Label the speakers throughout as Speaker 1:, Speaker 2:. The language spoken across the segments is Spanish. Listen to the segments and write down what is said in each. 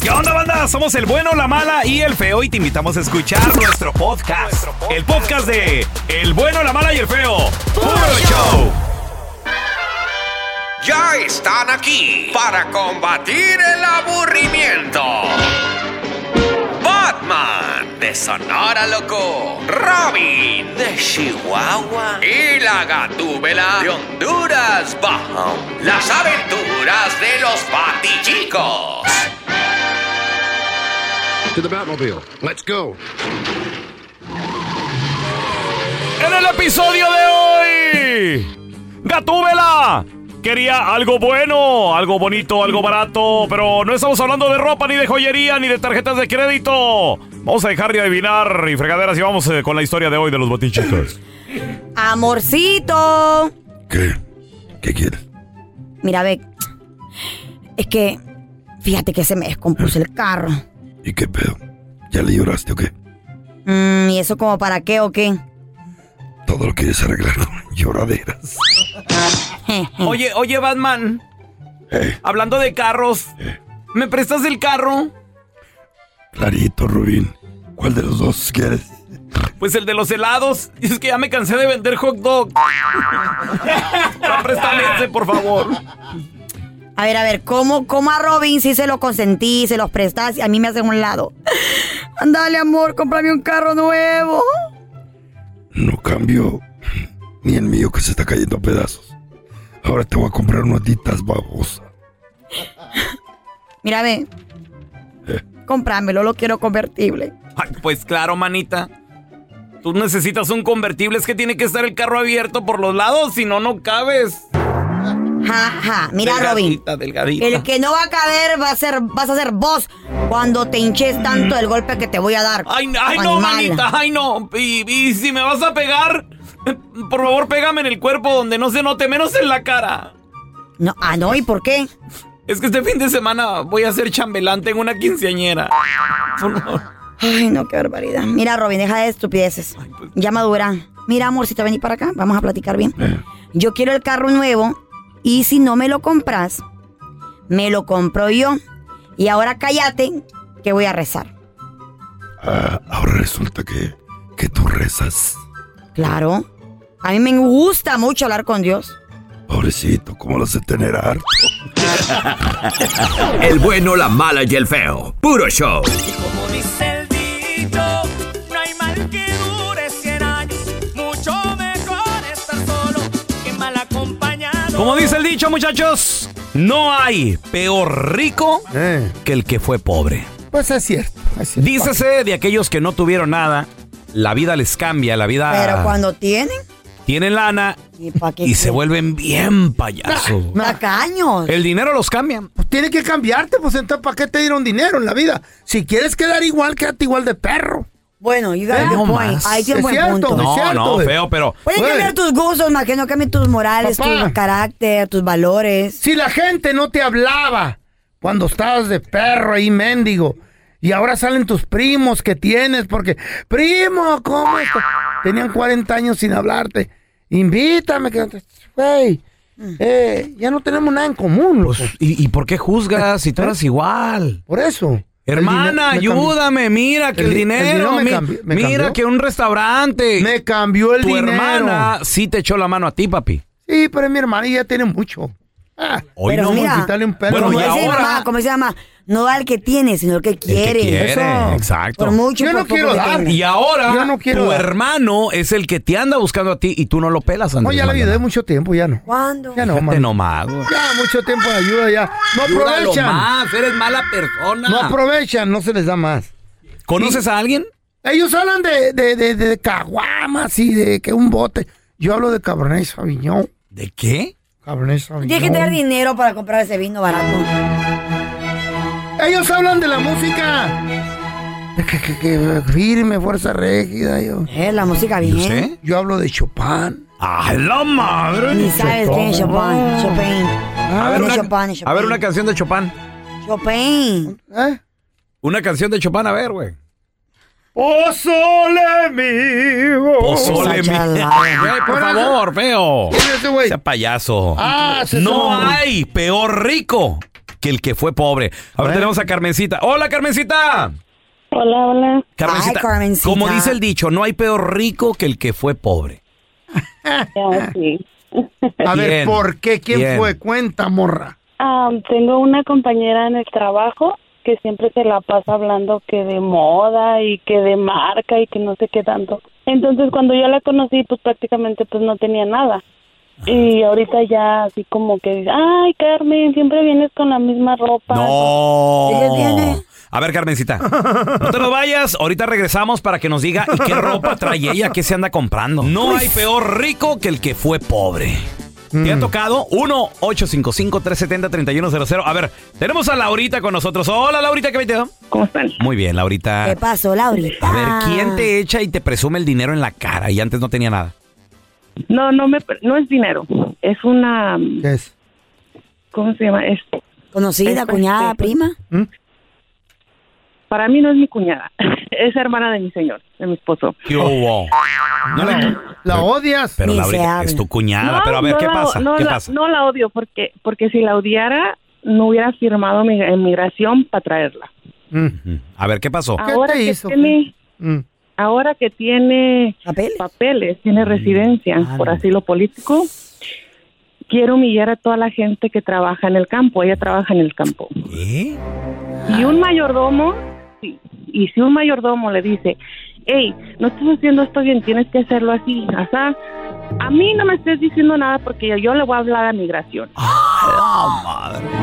Speaker 1: ¿Qué onda, banda? Somos el bueno, la mala y el feo y te invitamos a escuchar nuestro podcast. El podcast de El bueno, la mala y el feo. ¡Puro show!
Speaker 2: Ya están aquí para combatir el aburrimiento. Batman de Sonora Loco, Robin de Chihuahua y la Gatúbela de Honduras Bajo. Las aventuras de los Batichicos.
Speaker 3: to the Batmobile. Let's go.
Speaker 1: En el episodio de hoy, Gatúbela quería algo bueno, algo bonito, algo barato, pero no estamos hablando de ropa, ni de joyería, ni de tarjetas de crédito. Vamos a dejar de adivinar y fregaderas y vamos eh, con la historia de hoy de los botichicos.
Speaker 4: Amorcito.
Speaker 5: ¿Qué? ¿Qué quieres?
Speaker 4: Mira, Beck. Es que. Fíjate que se me descompuso el carro.
Speaker 5: ¿Y qué pedo? ¿Ya le lloraste o qué?
Speaker 4: Mm, ¿Y eso como para qué o qué?
Speaker 5: Todo lo quieres arreglar con lloraderas.
Speaker 4: Mm.
Speaker 1: Oye, oye, Batman.
Speaker 5: Eh.
Speaker 1: Hablando de carros. ¿Me prestas el carro?
Speaker 5: Clarito, Rubín. ¿Cuál de los dos quieres?
Speaker 1: Pues el de los helados. Es que ya me cansé de vender hot dog. Ya, Préstame ese, por favor.
Speaker 4: A ver, a ver, ¿cómo, cómo a Robin si se lo consentí, se los prestás? A mí me hacen un lado. Andale, amor, cómprame un carro nuevo.
Speaker 3: No cambio ni el mío que se está cayendo a pedazos. Ahora te voy a comprar unas ditas babosa.
Speaker 4: Mira, ve.
Speaker 5: Eh.
Speaker 4: Comprámelo, lo quiero convertible.
Speaker 1: Ay, pues claro, manita. Tú necesitas un convertible. Es que tiene que estar el carro abierto por los lados, si no, no cabes.
Speaker 4: Ja, ja. Mira, Robin.
Speaker 1: Delgadita, delgadita.
Speaker 4: El que no va a caber va a ser, vas a ser vos cuando te hinches tanto del golpe que te voy a dar.
Speaker 1: Ay, ay, no,
Speaker 4: Animal.
Speaker 1: manita, ay, no. Y, y si me vas a pegar, por favor, pégame en el cuerpo donde no se note, menos en la cara.
Speaker 4: No, ah, no, ¿y por qué?
Speaker 1: Es que este fin de semana voy a ser chambelán, tengo una quinceañera. Por favor.
Speaker 4: Ay, no, qué barbaridad. Mira, Robin, deja de estupideces.
Speaker 1: pues.
Speaker 4: Ya madura. Mira, amorcito, vení para acá. Vamos a platicar bien. Yo quiero el carro nuevo y si no me lo compras, me lo compro yo. Y ahora cállate que voy a rezar.
Speaker 3: Ah, ahora resulta que, que tú rezas.
Speaker 4: Claro. A mí me gusta mucho hablar con Dios.
Speaker 3: Pobrecito, ¿cómo lo hace tener harto?
Speaker 6: El bueno, la mala y el feo. Puro show.
Speaker 1: Como dice el dicho, muchachos, no hay peor rico
Speaker 7: Eh,
Speaker 1: que el que fue pobre.
Speaker 7: pues es cierto. es cierto.
Speaker 1: Dícese de aquellos que no tuvieron nada, la vida les cambia, la vida
Speaker 4: Pero cuando tienen,
Speaker 1: tienen lana
Speaker 4: ¿y para qué?
Speaker 1: Ah. y se vuelven bien payasos.
Speaker 4: Tacaños.
Speaker 1: El dinero los cambia.
Speaker 7: Pues tiene que cambiarte, pues entonces, ¿para qué te dieron dinero en la vida? Si quieres quedar igual, quédate igual de perro.
Speaker 4: Bueno, you got
Speaker 7: Eh,
Speaker 4: a
Speaker 1: no
Speaker 4: good point.
Speaker 1: más.
Speaker 4: Ahí tiene
Speaker 7: Es
Speaker 4: buen
Speaker 7: cierto,
Speaker 4: punto.
Speaker 7: es
Speaker 1: No,
Speaker 7: cierto,
Speaker 1: no,
Speaker 7: güey.
Speaker 1: feo, pero- pues,
Speaker 4: Pueden
Speaker 7: Güey,
Speaker 4: cambiar tus gustos, más que no cambien tus morales,
Speaker 7: Papá.
Speaker 4: tu carácter, tus valores.
Speaker 7: Si la gente no te hablaba cuando estabas de perro ahí, mendigo, y ahora salen tus primos que tienes, porque, primo, ¿cómo estás? Tenían 40 años sin hablarte. Invítame, que güey, eh, ya no tenemos nada en común, loco.
Speaker 1: ¿Y, y por qué juzgas
Speaker 7: ¿Eh?
Speaker 1: si tú eras igual?
Speaker 7: Por eso. El
Speaker 1: Hermana,
Speaker 7: dinero me cambió.
Speaker 1: ayúdame, mira que el,
Speaker 7: El di- el
Speaker 1: dinero,
Speaker 7: dinero me
Speaker 1: mi-
Speaker 7: cambió- me
Speaker 1: mira
Speaker 7: cambió.
Speaker 1: que un restaurante,
Speaker 7: Me cambió el
Speaker 1: tu
Speaker 7: dinero.
Speaker 1: hermana sí te echó la mano a ti, papi.
Speaker 7: Sí, pero mi hermana ya tiene mucho. Ah,
Speaker 1: Hoy
Speaker 4: Pero
Speaker 1: no,
Speaker 4: mira,
Speaker 7: quitarle un pelo.
Speaker 1: Bueno,
Speaker 4: como,
Speaker 1: y
Speaker 4: dice mi
Speaker 1: ahora-
Speaker 4: mamá, como dice mi mamá, No da el que tiene, sino el que quiere.
Speaker 1: quiere,
Speaker 4: Eso.
Speaker 1: exacto.
Speaker 4: Por mucho,
Speaker 7: Yo
Speaker 4: por
Speaker 7: no
Speaker 4: poco
Speaker 7: quiero
Speaker 4: que
Speaker 7: dar.
Speaker 4: tenga.
Speaker 1: Y ahora
Speaker 7: Ah, Yo no quiero
Speaker 1: tu
Speaker 7: dar.
Speaker 1: hermano es el que te anda buscando a ti y tú no lo pelas,
Speaker 7: No,
Speaker 1: Andrés.
Speaker 7: ya le
Speaker 1: Maldonado.
Speaker 7: ayudé mucho tiempo, ya no.
Speaker 4: ¿Cuándo?
Speaker 7: Ya no,
Speaker 1: Fíjate
Speaker 7: mano.
Speaker 1: nomás, güey.
Speaker 7: Ya mucho tiempo de ayuda, ya. No
Speaker 1: Ayúdalo
Speaker 7: aprovechan.
Speaker 1: más, eres mala persona.
Speaker 7: No aprovechan, no se les da más.
Speaker 1: ¿Conoces a alguien?
Speaker 7: Ellos hablan de, de, de, de, caguamas y de que un bote. Yo hablo de Cabernet Sauvignon.
Speaker 1: ¿De qué?
Speaker 7: Cabernet
Speaker 4: Tienes que
Speaker 7: Sauvignon.
Speaker 4: tener dinero para comprar ese vino barato.
Speaker 7: Ellos hablan de la música. De que, que- que firme, fuerza rígida. Yo,
Speaker 4: Eh, la música bien.
Speaker 1: ¿Y usted?
Speaker 7: yo hablo de Chopin.
Speaker 1: ¡A la madre!
Speaker 4: Ni sabes quién es Chopin. Chopin.
Speaker 1: A ver,
Speaker 4: Es
Speaker 1: una,
Speaker 4: Chopin, es Chopin.
Speaker 1: a ver una canción de Chopin.
Speaker 4: Chopin.
Speaker 7: ¿Eh?
Speaker 1: Una canción de Chopin, a ver, güey.
Speaker 7: ¡Oh, sole mío!
Speaker 1: Pozole, mi-
Speaker 4: chalada.
Speaker 1: Güey, por favor, feo.
Speaker 7: ¿Quién es ese güey?
Speaker 1: Sea payaso.
Speaker 7: Ah, ese
Speaker 1: pues
Speaker 7: es
Speaker 1: No
Speaker 7: hombre.
Speaker 1: hay peor rico que el que fue pobre. Ahora tenemos a Carmencita. ¡Hola, Carmencita!
Speaker 8: Hola, hola.
Speaker 1: Carmencita.
Speaker 4: Ay, Carmencita.
Speaker 1: Como dice el dicho, no hay peor rico que el que fue pobre.
Speaker 8: Ya, sí.
Speaker 7: A ver,
Speaker 1: Bien,
Speaker 7: ¿por qué? ¿Quién
Speaker 1: bien.
Speaker 7: fue? Cuenta, morra.
Speaker 8: Am, tengo una compañera en el trabajo que siempre se la pasa hablando que de moda y que de marca y que no sé qué tanto. Entonces, cuando yo la conocí, pues prácticamente pues no tenía nada. Y ahorita ya así como que dice, ay, Carmen, siempre vienes con la misma ropa.
Speaker 4: Ella tiene-
Speaker 1: No. A ver, Carmencita, no te nos vayas. Ahorita regresamos para que nos diga ¿y qué ropa trae ella, qué se anda comprando. No hay peor rico que el que fue pobre. ¿Te ha tocado? 1-855-370-3100. A ver, tenemos a Laurita con nosotros. Hola, Laurita, ¿qué me te da?
Speaker 8: ¿Cómo están?
Speaker 1: Muy bien, Laurita.
Speaker 4: ¿Qué pasó, Laurita?
Speaker 1: Ah. A ver,
Speaker 7: Ah.
Speaker 1: ¿quién te echa y te presume el dinero en la cara y antes no tenía nada?
Speaker 8: No, no me, no es dinero. Es una,
Speaker 7: ¿Qué es?
Speaker 8: ¿cómo se llama? Es,
Speaker 4: ¿Conocida,
Speaker 8: Este,
Speaker 4: cuñada,
Speaker 8: este.
Speaker 4: prima?
Speaker 7: ¿Mm?
Speaker 8: para mí no es mi cuñada. Es hermana de mi señor, de mi esposo.
Speaker 1: ¿Qué hubo? No la-
Speaker 7: ¿La odias?
Speaker 1: Pero
Speaker 4: Ni se
Speaker 1: Laurita,
Speaker 4: hable.
Speaker 1: es tu cuñada.
Speaker 8: No,
Speaker 1: pero a ver,
Speaker 8: no
Speaker 1: ¿qué
Speaker 8: la-
Speaker 1: pasa?
Speaker 8: No,
Speaker 1: ¿Qué
Speaker 8: la,
Speaker 1: pasa?
Speaker 8: no la odio porque porque si la odiara no hubiera firmado mi emigración para traerla.
Speaker 7: Mm,
Speaker 1: Mm. A ver, ¿qué pasó?
Speaker 7: te
Speaker 8: Ahora que
Speaker 7: hizo?
Speaker 8: tiene
Speaker 7: mm.
Speaker 8: ahora que tiene
Speaker 4: ¿Papel?
Speaker 8: papeles, tiene
Speaker 1: Mm,
Speaker 8: residencia por asilo político. Quiero humillar a toda la gente que trabaja en el campo. Ella trabaja en el campo.
Speaker 1: ¿Qué?
Speaker 8: Y un mayordomo, sí, y si un mayordomo le dice, hey, no estás haciendo esto bien, tienes que hacerlo así, sea, a mí no me estés diciendo nada porque yo le voy a hablar a migración.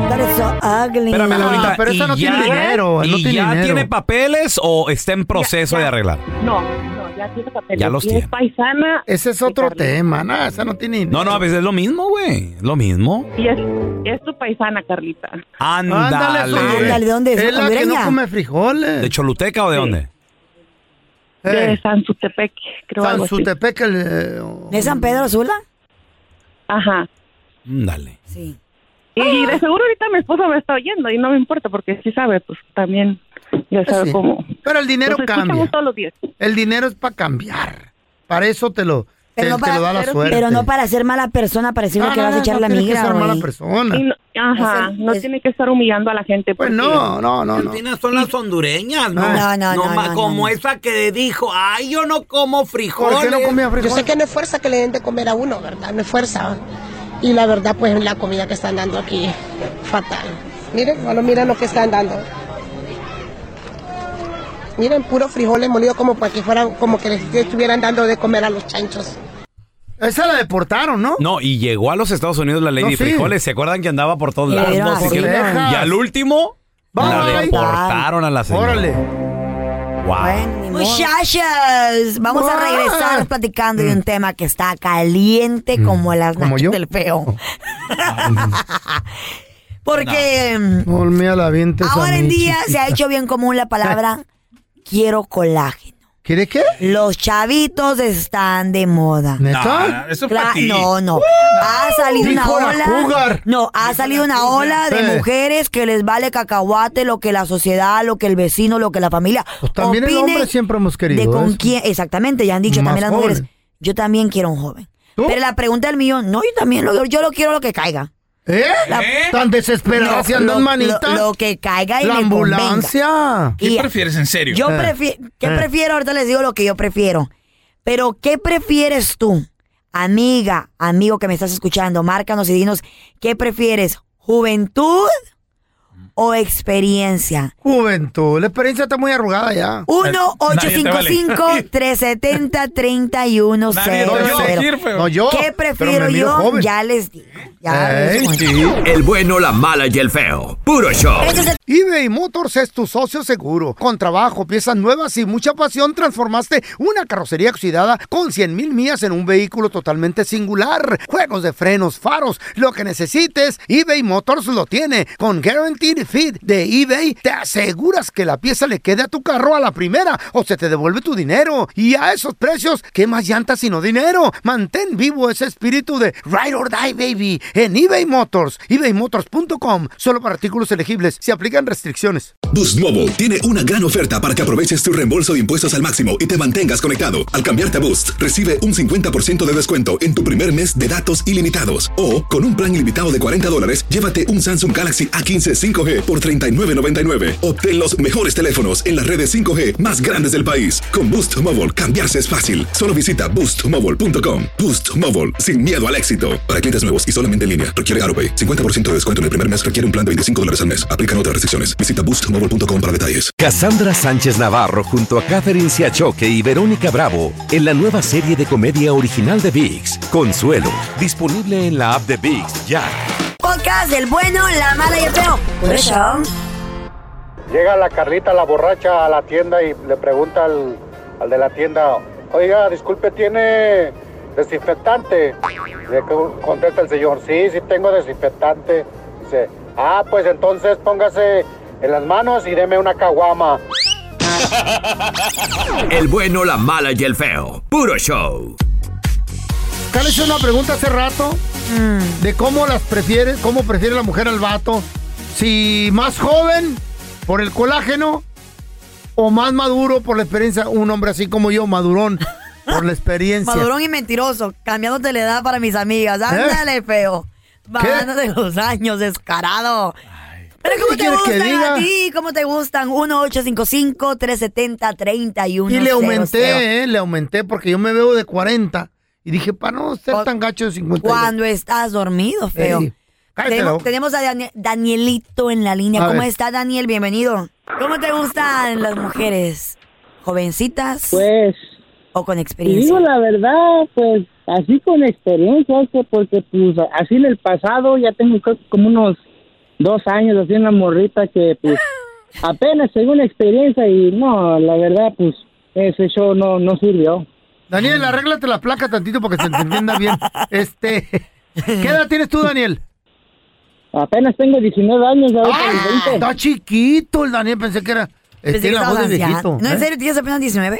Speaker 4: That is so ugly.
Speaker 1: Espérame, Laurita.
Speaker 7: pero
Speaker 1: ¿y
Speaker 7: esa no tiene dinero,
Speaker 1: ¿Y
Speaker 7: no tiene
Speaker 1: ya
Speaker 7: dinero.
Speaker 1: tiene papeles o está en proceso
Speaker 8: Ya, ya.
Speaker 1: de arreglar?
Speaker 8: No, no, ya tiene papeles.
Speaker 1: Ya los
Speaker 8: Y
Speaker 1: tiene.
Speaker 8: Es paisana.
Speaker 7: Ese es otro
Speaker 8: Ricardo.
Speaker 7: tema. Nada, esa no tiene
Speaker 1: No, no, a veces es lo mismo, güey. Es Lo mismo.
Speaker 8: Y es, es tu paisana, Carlita.
Speaker 7: Ándale.
Speaker 1: Ándale.
Speaker 4: Ándale. ¿de dónde es?
Speaker 7: Es la que no
Speaker 4: ¿Hondureña?
Speaker 7: come frijoles.
Speaker 1: ¿De Choluteca o de dónde?
Speaker 8: De
Speaker 7: Eh,
Speaker 8: Sanzutepec, creo algo así.
Speaker 7: Tanzutepec, el, eh, oh,
Speaker 4: ¿De San Pedro Sula?
Speaker 8: Ajá.
Speaker 1: Ándale.
Speaker 4: Sí.
Speaker 8: Y, y de seguro ahorita mi esposo me está oyendo y no me importa porque si sabe, pues también ya sabe
Speaker 7: Eh, sí.
Speaker 8: cómo.
Speaker 7: Pero el dinero
Speaker 8: Los escuchamos
Speaker 7: cambia.
Speaker 8: todos los días.
Speaker 7: El dinero es para cambiar. Para eso te lo, te,
Speaker 4: Pero no
Speaker 7: te
Speaker 4: para-
Speaker 7: lo da la
Speaker 8: pero-
Speaker 7: suerte.
Speaker 4: Pero no para ser mala persona, para decirle
Speaker 7: No,
Speaker 4: que
Speaker 7: no,
Speaker 4: vas
Speaker 7: no,
Speaker 4: a echar
Speaker 7: no
Speaker 4: la
Speaker 7: tienes que
Speaker 4: migra,
Speaker 7: ser mala
Speaker 4: güey.
Speaker 7: persona.
Speaker 8: Y no- ajá,
Speaker 4: Es el-
Speaker 8: no
Speaker 4: es-
Speaker 8: tiene que estar humillando a la gente.
Speaker 7: Pues
Speaker 8: porque-
Speaker 7: no, no, no, no.
Speaker 1: Son las hondureñas,
Speaker 7: ¿no?
Speaker 4: No, no, no, Nomás no, no, como no.
Speaker 1: esa que dijo, ay, yo no como
Speaker 7: ¿Por qué no comía
Speaker 9: Yo sé
Speaker 7: frijoles?
Speaker 9: que no es fuerza que le den de comer a uno, ¿verdad? No es fuerza. Y la verdad, pues la comida que están dando aquí, fatal. Miren, bueno, miren lo que están dando. Miren, puro frijoles molidos como para que fueran, como que les estuvieran dando de comer a los chanchos.
Speaker 7: Esa la deportaron, ¿no?
Speaker 1: No, y llegó a los Estados Unidos la ley
Speaker 7: No,
Speaker 1: de
Speaker 7: sí.
Speaker 1: frijoles. ¿Se acuerdan que andaba por todos
Speaker 4: Sí,
Speaker 1: lados?
Speaker 4: era
Speaker 1: No sé
Speaker 4: por
Speaker 1: qué?
Speaker 7: Texas.
Speaker 1: y al último, la
Speaker 7: Bye.
Speaker 1: deportaron a la señora.
Speaker 7: Órale.
Speaker 1: Wow.
Speaker 4: Bueno, ni modo. Ah. Muchachas, vamos a regresar platicando de un tema que está caliente como las
Speaker 7: ¿Como
Speaker 4: nachas
Speaker 7: yo? Oh.
Speaker 4: del feo. Porque mm,
Speaker 7: Volme a la viente. esa
Speaker 4: ahora en
Speaker 7: michi.
Speaker 4: día se ha hecho bien común la palabra quiero colágeno.
Speaker 7: ¿Quiere qué?
Speaker 4: Los chavitos están de moda.
Speaker 7: ¿Neta?
Speaker 1: eso
Speaker 4: Cla- no, no. Ha salido una
Speaker 7: Dijo la
Speaker 4: ola.
Speaker 7: cougar.
Speaker 4: No, ha salido una ola de
Speaker 7: Eh.
Speaker 4: mujeres que les vale cacahuate lo que la sociedad, lo que el vecino, lo que la familia.
Speaker 7: Pues también el
Speaker 4: Opinen
Speaker 7: hombre siempre hemos querido
Speaker 4: De con
Speaker 7: eso.
Speaker 4: quién, exactamente, ya han dicho
Speaker 7: Más
Speaker 4: también las mujeres.
Speaker 7: joven.
Speaker 4: Yo también quiero un joven.
Speaker 7: ¿Tú?
Speaker 4: Pero la pregunta del millón, no, yo también lo, yo lo quiero lo que caiga.
Speaker 7: ¿Eh?
Speaker 4: La-
Speaker 7: ¿Tan desesperada
Speaker 4: Lo-
Speaker 7: si andan
Speaker 4: lo-
Speaker 7: manita?
Speaker 4: lo- lo que caiga y
Speaker 7: la
Speaker 4: me
Speaker 7: ambulancia.
Speaker 4: convenga. Y-
Speaker 1: en serio?
Speaker 4: yo
Speaker 7: Eh.
Speaker 4: prefiero, ¿qué
Speaker 7: Eh.
Speaker 4: prefiero? Ahorita les digo lo que yo prefiero. Pero, ¿qué prefieres tú? Amiga, amigo que me estás escuchando, márcanos y dinos, ¿qué prefieres? ¿Juventud o experiencia.
Speaker 7: Juventud, la experiencia está muy arrugada ya.
Speaker 4: 1-855-370-3100.
Speaker 7: No, yo,
Speaker 4: ¿Qué
Speaker 7: pero
Speaker 4: prefiero
Speaker 7: me miro
Speaker 4: yo?
Speaker 7: joven. ¿Eh?
Speaker 4: Ya les digo. Ya les cuento.
Speaker 2: El bueno, la mala y el feo. Puro show.
Speaker 4: Este
Speaker 7: eBay Motors es tu socio seguro. Con trabajo, piezas nuevas y mucha pasión, transformaste una carrocería oxidada con 100 mil millas en un vehículo totalmente singular. Juegos de frenos, faros, lo que necesites, eBay Motors lo tiene. Con Guaranteed Fit de eBay, te aseguras que la pieza le quede a tu carro a la primera o se te devuelve tu dinero. Y a esos precios, ¿qué más llantas sino dinero? Mantén vivo ese espíritu de Ride or Die, baby, en eBay Motors. ebaymotors.com, solo para artículos elegibles, se aplican restricciones.
Speaker 10: Boost Mobile tiene una gran oferta para que aproveches tu reembolso de impuestos al máximo y te mantengas conectado. Al cambiarte a Boost, recibe un 50% de descuento en tu primer mes de datos ilimitados. O, con un plan ilimitado de 40 dólares, llévate un Samsung Galaxy A15 5G por $39.99. Obtén los mejores teléfonos en las redes 5G más grandes del país. Con Boost Mobile, cambiarse es fácil. Solo visita boostmobile.com. Boost Mobile, sin miedo al éxito. Para clientes nuevos y solamente en línea, requiere AroPay. 50% de descuento en el primer mes requiere un plan de 25 dólares al mes. Aplican otras restricciones. Visita boostmobile.com para detalles.
Speaker 1: Cassandra Sánchez Navarro junto a Catherine Siachoque y Verónica Bravo en la nueva serie de comedia original de VIX, Consuelo, disponible en la app de VIX ya.
Speaker 4: Podcast del bueno, la mala y el feo. Por eso.
Speaker 11: Llega la Carlita, la borracha, a la tienda y le pregunta al, al de la tienda, oiga, disculpe, ¿tiene desinfectante? Le co- contesta el señor, sí, sí tengo desinfectante. Dice, ah, pues entonces póngase en las manos y deme una caguama.
Speaker 2: El bueno, la mala y el feo. Puro show.
Speaker 7: Acá le hice una pregunta hace rato
Speaker 4: Mm.
Speaker 7: de cómo las prefieres, cómo prefiere la mujer al vato. Si más joven por el colágeno o más maduro por la experiencia. Un hombre así como yo, madurón, por la experiencia. ¿Eh?
Speaker 4: Madurón y mentiroso, cambiándote la edad para mis amigas. Ándale, feo. Bajándote los años, descarado. Pero ¿cómo te
Speaker 7: quieres que
Speaker 4: gustan
Speaker 7: diga?
Speaker 4: a ti? ¿Cómo te gustan? 1-855-370-3100.
Speaker 7: Y le aumenté, eh, le aumenté porque yo me veo de 40. Y dije, para no ser tan gacho de 50.
Speaker 4: Cuando estás dormido, Pues, feo.
Speaker 7: Ey, cállate la
Speaker 4: tenemos,
Speaker 7: boca.
Speaker 4: tenemos a Danie- Danielito en la línea.
Speaker 7: A
Speaker 4: ¿Cómo
Speaker 7: ver.
Speaker 4: está, Daniel? Bienvenido. ¿Cómo te gustan las mujeres? ¿Jovencitas?
Speaker 8: Pues.
Speaker 4: ¿O con
Speaker 8: Y
Speaker 4: experiencia?
Speaker 8: digo la verdad, pues así con experiencia, es que porque pues así en el pasado ya tengo creo que como unos dos años así una morrita que pues apenas según experiencia y no, la verdad pues ese show no, no sirvió.
Speaker 7: Daniel, arréglate la placa tantito porque se te entienda bien. Este, ¿qué edad tienes tú, Daniel?
Speaker 8: Apenas tengo 19 años ahorita.
Speaker 7: Ah, está chiquito el Daniel, pensé que era...
Speaker 4: Pensé que
Speaker 7: tiene la voz
Speaker 4: estabas
Speaker 7: de
Speaker 4: anciano.
Speaker 7: viejito.
Speaker 4: ¿No en
Speaker 7: ¿eh?
Speaker 4: serio tienes apenas 19?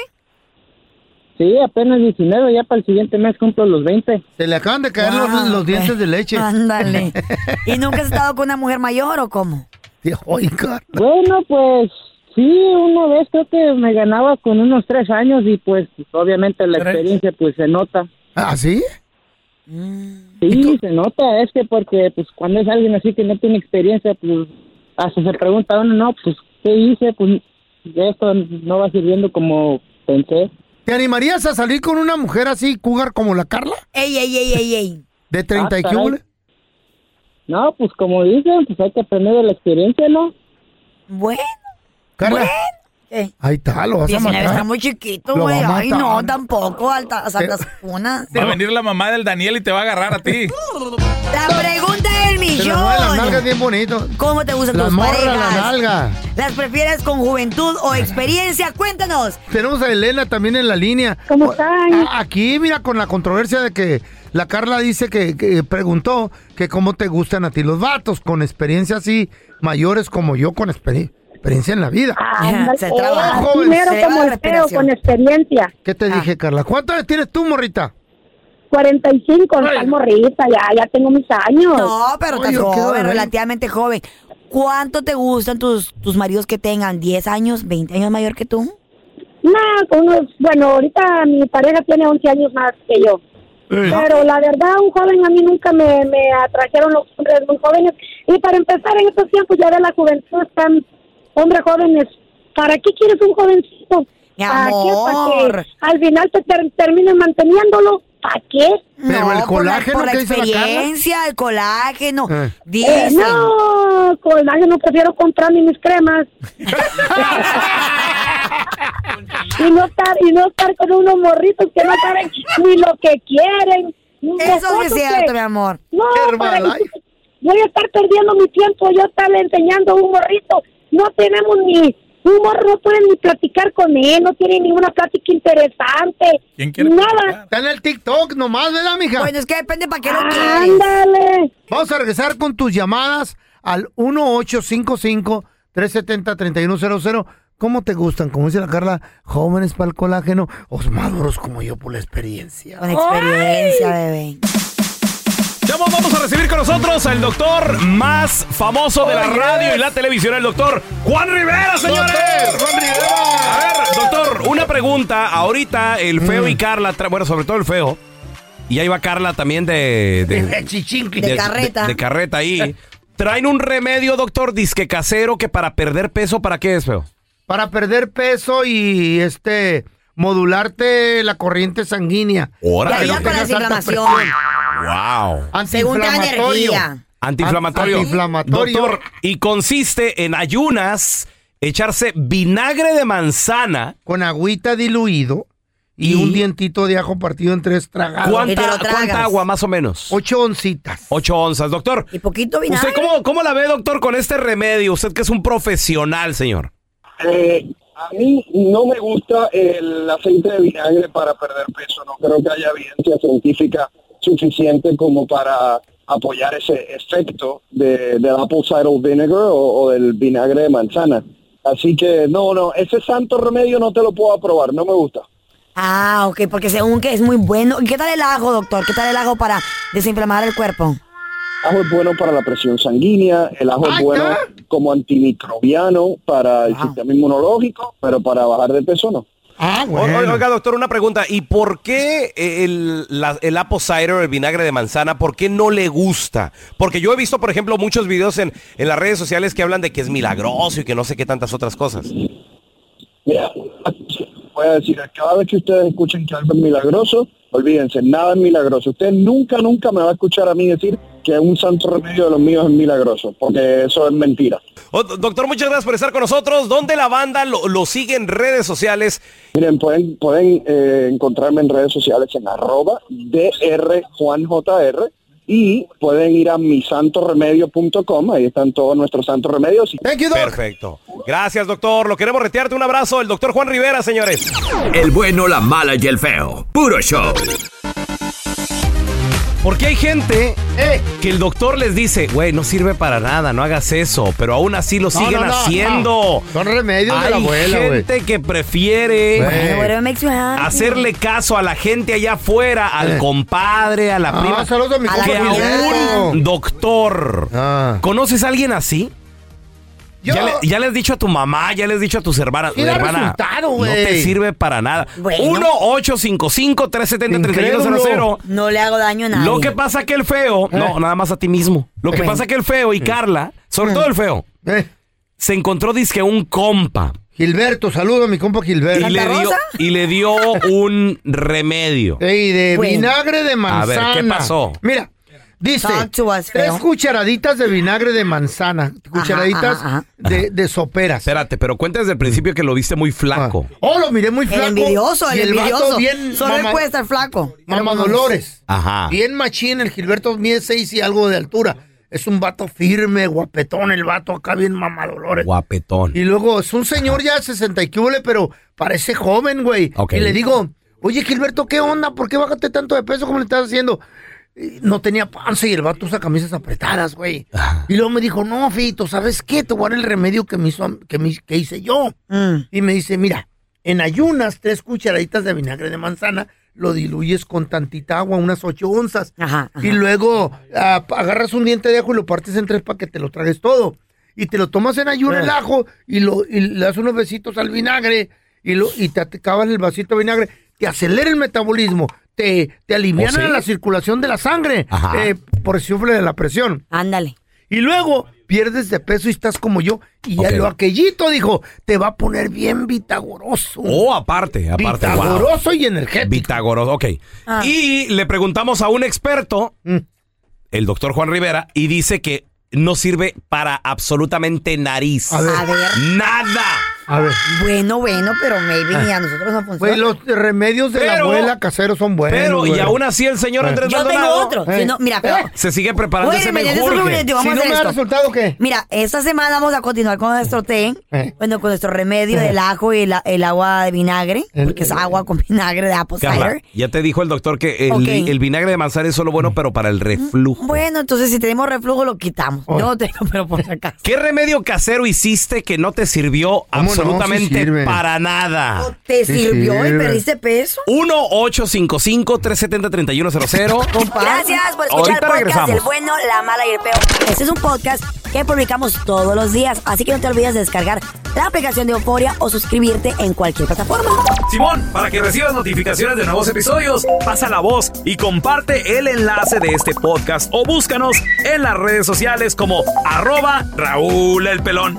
Speaker 8: Sí, apenas 19, ya para el siguiente mes cumplo los 20.
Speaker 7: Se le acaban de caer
Speaker 4: Wow,
Speaker 7: los, los
Speaker 4: ok.
Speaker 7: dientes de leche.
Speaker 4: Ándale. ¿Y nunca has estado con una mujer mayor o cómo?
Speaker 7: Oiga.
Speaker 8: Bueno, pues sí, una vez creo que me ganaba con unos tres años y pues obviamente la
Speaker 7: Tres.
Speaker 8: experiencia pues se nota.
Speaker 7: ¿Ah, sí?
Speaker 8: Sí, se nota, es que porque pues cuando es alguien así que no tiene experiencia, pues hasta se pregunta uno, no, pues ¿qué hice? Pues esto no va sirviendo como pensé.
Speaker 7: ¿Te animarías a salir con una mujer así, cougar, como la Carla?
Speaker 4: Ey, ey, ey, ey, ey.
Speaker 7: ¿De 30 y
Speaker 8: Ah,
Speaker 7: qué
Speaker 8: caray.
Speaker 7: hule?
Speaker 8: No, pues como dicen, pues hay que aprender de la experiencia, ¿no?
Speaker 4: Bueno.
Speaker 7: Carla.
Speaker 4: ¿Qué?
Speaker 7: Ahí está, lo vas a
Speaker 4: 19 está
Speaker 7: matar.
Speaker 4: muy chiquito,
Speaker 7: Lo
Speaker 4: güey.
Speaker 7: va a
Speaker 4: Ay,
Speaker 7: matar. Eh.
Speaker 4: no, tampoco. Alta, santas cunas.
Speaker 12: Va a venir la mamá del Daniel y te va a agarrar a ti.
Speaker 4: La pregunta del
Speaker 7: Se nos mueven las nalgas
Speaker 4: millón.
Speaker 7: bien bonito.
Speaker 4: ¿Cómo te gustan
Speaker 7: Las
Speaker 4: tus
Speaker 7: morras,
Speaker 4: parejas?
Speaker 7: la nalga.
Speaker 4: ¿Las prefieres con juventud o experiencia? Cuéntanos.
Speaker 7: Tenemos a Elena también en la línea.
Speaker 4: ¿Cómo están?
Speaker 7: A- Aquí, mira, con la controversia de que la Carla dice que, que preguntó que cómo te gustan a ti los vatos, con experiencia así, mayores como yo, con exper- experiencia en la vida.
Speaker 8: Ándale.
Speaker 7: Se
Speaker 8: Oh,
Speaker 7: trabaja.
Speaker 8: Primero
Speaker 7: Se
Speaker 8: como
Speaker 7: va la
Speaker 8: el feo,
Speaker 7: respiración.
Speaker 8: con experiencia.
Speaker 7: ¿Qué te
Speaker 4: Ah.
Speaker 7: dije, Carla? ¿Cuántas veces tienes tú, morrita?
Speaker 8: 45, estás morrita, ya, ya tengo mis años.
Speaker 4: No, pero estás joven, relativamente joven. ¿Cuánto te gustan tus, tus maridos que tengan? ¿10 años, 20 años mayor que tú?
Speaker 8: No, con unos- bueno, ahorita mi pareja tiene 11 años más que yo. Pero la verdad, un joven a mí nunca me, me atrajeron los hombres muy jóvenes. Y para empezar, en estos tiempos ya de la juventud están hombres jóvenes. ¿Para qué quieres un jovencito?
Speaker 4: Mi
Speaker 8: ¿Para qué? ¿Para
Speaker 4: amor.
Speaker 8: que al final te ter- terminen manteniéndolo?
Speaker 13: ¿Para qué?
Speaker 7: Pero el colágeno
Speaker 4: por la
Speaker 7: que dice la Carla.
Speaker 4: experiencia, el colágeno.
Speaker 13: Eh,
Speaker 4: Dicen.
Speaker 8: Oh,
Speaker 13: no, colágeno prefiero comprar ni mis cremas. y, no estar, y no estar con unos morritos que no saben ni lo que quieren.
Speaker 4: Eso sí es cierto, mi amor.
Speaker 13: No, para que- voy a estar perdiendo mi tiempo yo estarle enseñando a un morrito. No tenemos ni... Un morro no pueden ni platicar con él, no tiene ninguna plática interesante.
Speaker 7: ¿Quién quiere
Speaker 13: nada.
Speaker 7: Está en el TikTok nomás, ¿verdad, mija? Bueno,
Speaker 4: es que depende para qué lo
Speaker 13: ¡Ándale!
Speaker 7: Vamos a regresar con tus llamadas al 1855-370-3100. ¿Cómo te gustan? Como dice la Carla, jóvenes para el colágeno, os maduros como yo por la experiencia.
Speaker 4: Con experiencia, bebé.
Speaker 1: Chavos, vamos a recibir con nosotros al doctor más famoso de la radio y la televisión, el doctor Juan Rivera, señores. A ver, doctor, una pregunta. Ahorita el feo y Carla, tra- bueno, sobre todo el feo, y ahí va Carla también de... De,
Speaker 7: De
Speaker 1: De,
Speaker 7: carreta.
Speaker 1: carreta ahí. Traen un remedio, doctor, disque casero, que para perder peso, ¿para qué es, feo?
Speaker 7: Para perder peso y este modularte la corriente sanguínea.
Speaker 1: Órale.
Speaker 7: Que no
Speaker 1: Ayuda para la
Speaker 7: tengas alta
Speaker 4: desinflamación.
Speaker 7: presión.
Speaker 1: ¡Wow!
Speaker 4: Según te da
Speaker 7: Antiinflamatorio.
Speaker 4: energía.
Speaker 1: Antiinflamatorio.
Speaker 7: Antiinflamatorio.
Speaker 1: Doctor, y consiste en ayunas echarse vinagre de manzana.
Speaker 7: Con agüita diluido y, un dientito de ajo partido en tres
Speaker 1: Ah,
Speaker 7: tragadas.
Speaker 1: ¿Cuánta, cuánta agua más o menos?
Speaker 7: Ocho oncitas.
Speaker 1: Ocho onzas, doctor.
Speaker 4: Y poquito vinagre.
Speaker 1: ¿Usted cómo, cómo la ve, doctor, con este remedio? Usted que es un profesional, señor.
Speaker 14: Eh, a mí no me gusta el aceite de vinagre para perder peso. No creo que haya evidencia científica suficiente como para apoyar ese efecto de, del apple cider vinegar o, o del vinagre de manzana. Así que no, no, ese santo remedio no te lo puedo aprobar, no me gusta.
Speaker 4: Ah, ok, porque según que es muy bueno. ¿Y qué tal el ajo, doctor? ¿Qué tal el ajo para desinflamar el cuerpo?
Speaker 14: Ajo es bueno para la presión sanguínea, el ajo
Speaker 1: Ah,
Speaker 14: es bueno como antimicrobiano para el sistema inmunológico, pero para bajar de peso no.
Speaker 7: Ah,
Speaker 1: bueno. Oh, Oiga, doctor, una pregunta. ¿Y por qué el, la- el apple cider, el vinagre de manzana, por qué no le gusta? Porque yo he visto, por ejemplo, muchos videos en, en las redes sociales que hablan de que es milagroso y que no sé qué tantas otras cosas.
Speaker 14: Mira, voy a decir, cada vez que ustedes escuchen que algo es milagroso, olvídense, nada es milagroso. Usted nunca, nunca me va a escuchar a mí decir que un santo remedio de los míos es milagroso, porque eso es mentira.
Speaker 1: Oh, do- doctor, muchas gracias por estar con nosotros. ¿Dónde la banda lo, lo sigue en redes sociales?
Speaker 14: Miren, pueden, pueden eh, encontrarme en redes sociales en arroba drjuanjr y pueden ir a misantoremedio.com, ahí están todos nuestros santos remedios.
Speaker 1: Perfecto. Gracias, doctor. Lo queremos retearte. Un abrazo. El doctor Juan Rivera, señores.
Speaker 15: El bueno, la mala y el feo. Puro show.
Speaker 1: Porque hay gente que el doctor les dice, güey, no sirve para nada, no hagas eso, pero aún así lo
Speaker 7: No,
Speaker 1: siguen
Speaker 7: no, no,
Speaker 1: haciendo.
Speaker 7: no. Son remedios de
Speaker 1: Hay
Speaker 7: la abuela, güey.
Speaker 1: gente que prefiere
Speaker 7: Güey. Whatever
Speaker 4: makes you happy.
Speaker 1: hacerle caso a la gente allá afuera, al
Speaker 7: Eh.
Speaker 1: compadre, a la
Speaker 7: Ah,
Speaker 1: prima,
Speaker 7: saludos a mi compa
Speaker 1: que a
Speaker 7: Fidel.
Speaker 1: un doctor.
Speaker 7: Ah.
Speaker 1: ¿Conoces a alguien así? Ya, le, ya le has dicho a tu mamá, ya le has dicho a tus hermanas.
Speaker 7: Sí da
Speaker 1: hermana,
Speaker 7: resultado,
Speaker 1: no
Speaker 7: güey.
Speaker 1: te sirve para nada.
Speaker 4: Bueno.
Speaker 1: 1-855-370-3100.
Speaker 4: No le hago daño a nadie.
Speaker 1: Lo que pasa que el feo, no, nada más a ti mismo. Lo que
Speaker 4: Bueno. Mm.
Speaker 1: pasa que el feo y Carla, sobre todo el feo,
Speaker 7: eh,
Speaker 1: se encontró disque un compa
Speaker 7: Gilberto, saludo a mi compa Gilberto.
Speaker 1: y le dio y le dio un remedio.
Speaker 7: Ey, de
Speaker 1: Bueno.
Speaker 7: vinagre de
Speaker 1: A ver, ¿qué
Speaker 7: manzana.
Speaker 1: pasó?
Speaker 7: Mira, dice,
Speaker 4: Talk to us,
Speaker 7: tres
Speaker 4: feo.
Speaker 7: cucharaditas de vinagre de manzana, cucharaditas
Speaker 1: ajá,
Speaker 7: De, de soperas.
Speaker 1: Espérate, pero cuenta desde el principio que lo viste muy flaco.
Speaker 7: Oh, lo miré muy
Speaker 4: El
Speaker 7: flaco.
Speaker 4: envidioso, el
Speaker 7: y vato
Speaker 4: envidioso.
Speaker 7: bien
Speaker 4: Solo él
Speaker 7: mama-
Speaker 4: puede estar flaco.
Speaker 7: Mamá
Speaker 4: Pero-
Speaker 7: Dolores.
Speaker 1: Ajá.
Speaker 7: Bien machín, el Gilberto mide 6 y algo de altura. Es un vato firme, guapetón, el vato acá bien Mamá Dolores.
Speaker 1: Guapetón.
Speaker 7: Ah. Y luego es un señor ya 60 y cúbole, pero parece joven, güey.
Speaker 1: Ok.
Speaker 7: Y le digo, oye, Gilberto, ¿qué onda? ¿Por qué bajaste tanto de peso como le estás haciendo? Y No tenía panza y el vato usa camisas apretadas, güey. Y luego me dijo, no, Fito, ¿sabes qué? Te voy a dar el remedio que, me hizo, que, me- que hice yo.
Speaker 4: Mm.
Speaker 7: Y me dice, mira, en ayunas, tres cucharaditas de vinagre de manzana, lo diluyes con tantita agua, unas ocho onzas. Y luego ah, agarras un diente de ajo y lo partes en tres para que te lo tragues todo. Y te lo tomas en ayuno
Speaker 16: Eh.
Speaker 7: el ajo y, lo, y le das unos besitos al vinagre y, lo, y te acabas el vasito de vinagre. Te acelera el metabolismo, te, te aliviana
Speaker 16: ¿Oh, sí?
Speaker 7: la circulación de la sangre
Speaker 16: Ajá.
Speaker 7: eh, por el de la presión.
Speaker 4: Ándale.
Speaker 7: Y luego pierdes de peso y estás como yo. Y ya
Speaker 1: Ok.
Speaker 7: lo aquellito dijo, te va a poner bien vitagoroso.
Speaker 1: Oh, aparte, aparte. wow.
Speaker 7: Vitagoroso y energético.
Speaker 1: Vitagoroso, ok.
Speaker 4: Ah.
Speaker 1: Y le preguntamos a un experto, el doctor Juan Rivera, y dice que no sirve para absolutamente nariz.
Speaker 4: A ver. A ver.
Speaker 1: Nada.
Speaker 7: A ver.
Speaker 4: Bueno, bueno, pero maybe ni a nosotros no funciona.
Speaker 7: Ah. Güey, los remedios de la
Speaker 4: Pero-
Speaker 7: abuela caseros son buenos.
Speaker 1: Pero, y
Speaker 7: güey.
Speaker 1: aún así el señor
Speaker 7: Eh.
Speaker 1: Andrés
Speaker 4: Yo tengo
Speaker 1: Maldonado
Speaker 4: otro. Si no- mira, pero-
Speaker 1: se sigue preparando
Speaker 4: Oye,
Speaker 1: ese
Speaker 4: me
Speaker 1: menjurje.
Speaker 4: vamos
Speaker 7: Si
Speaker 4: a
Speaker 7: no
Speaker 4: hacer
Speaker 7: me da
Speaker 4: esto.
Speaker 7: resultado, ¿qué?
Speaker 4: Mira, esta semana vamos a continuar con nuestro té.
Speaker 7: Eh.
Speaker 4: Bueno, con nuestro remedio del ajo y la- el agua de vinagre. Porque es agua con vinagre de apple
Speaker 1: Carla,
Speaker 4: cider.
Speaker 1: ya te dijo el doctor que el,
Speaker 4: Ok.
Speaker 1: el vinagre de manzana es solo bueno, pero para el reflujo.
Speaker 4: Bueno, entonces si tenemos reflujo lo quitamos. Yo no tengo, pero por si acaso.
Speaker 1: ¿Qué remedio casero hiciste que no te sirvió
Speaker 4: no? Sí
Speaker 1: absolutamente
Speaker 4: sirve.
Speaker 1: para nada?
Speaker 4: ¿Te sirvió y perdiste peso?
Speaker 1: 1-855-370-3100.
Speaker 4: Gracias
Speaker 1: Ahorita
Speaker 4: por escuchar el podcast
Speaker 1: regresamos.
Speaker 4: del bueno, la mala y el peor. Este es un podcast que publicamos todos los días, así que no te olvides de descargar la aplicación de Euforia o suscribirte en cualquier plataforma.
Speaker 1: Simón, para que recibas notificaciones de nuevos episodios, pasa la voz y comparte el enlace de este podcast o búscanos en las redes sociales como arroba Raúl el Pelón.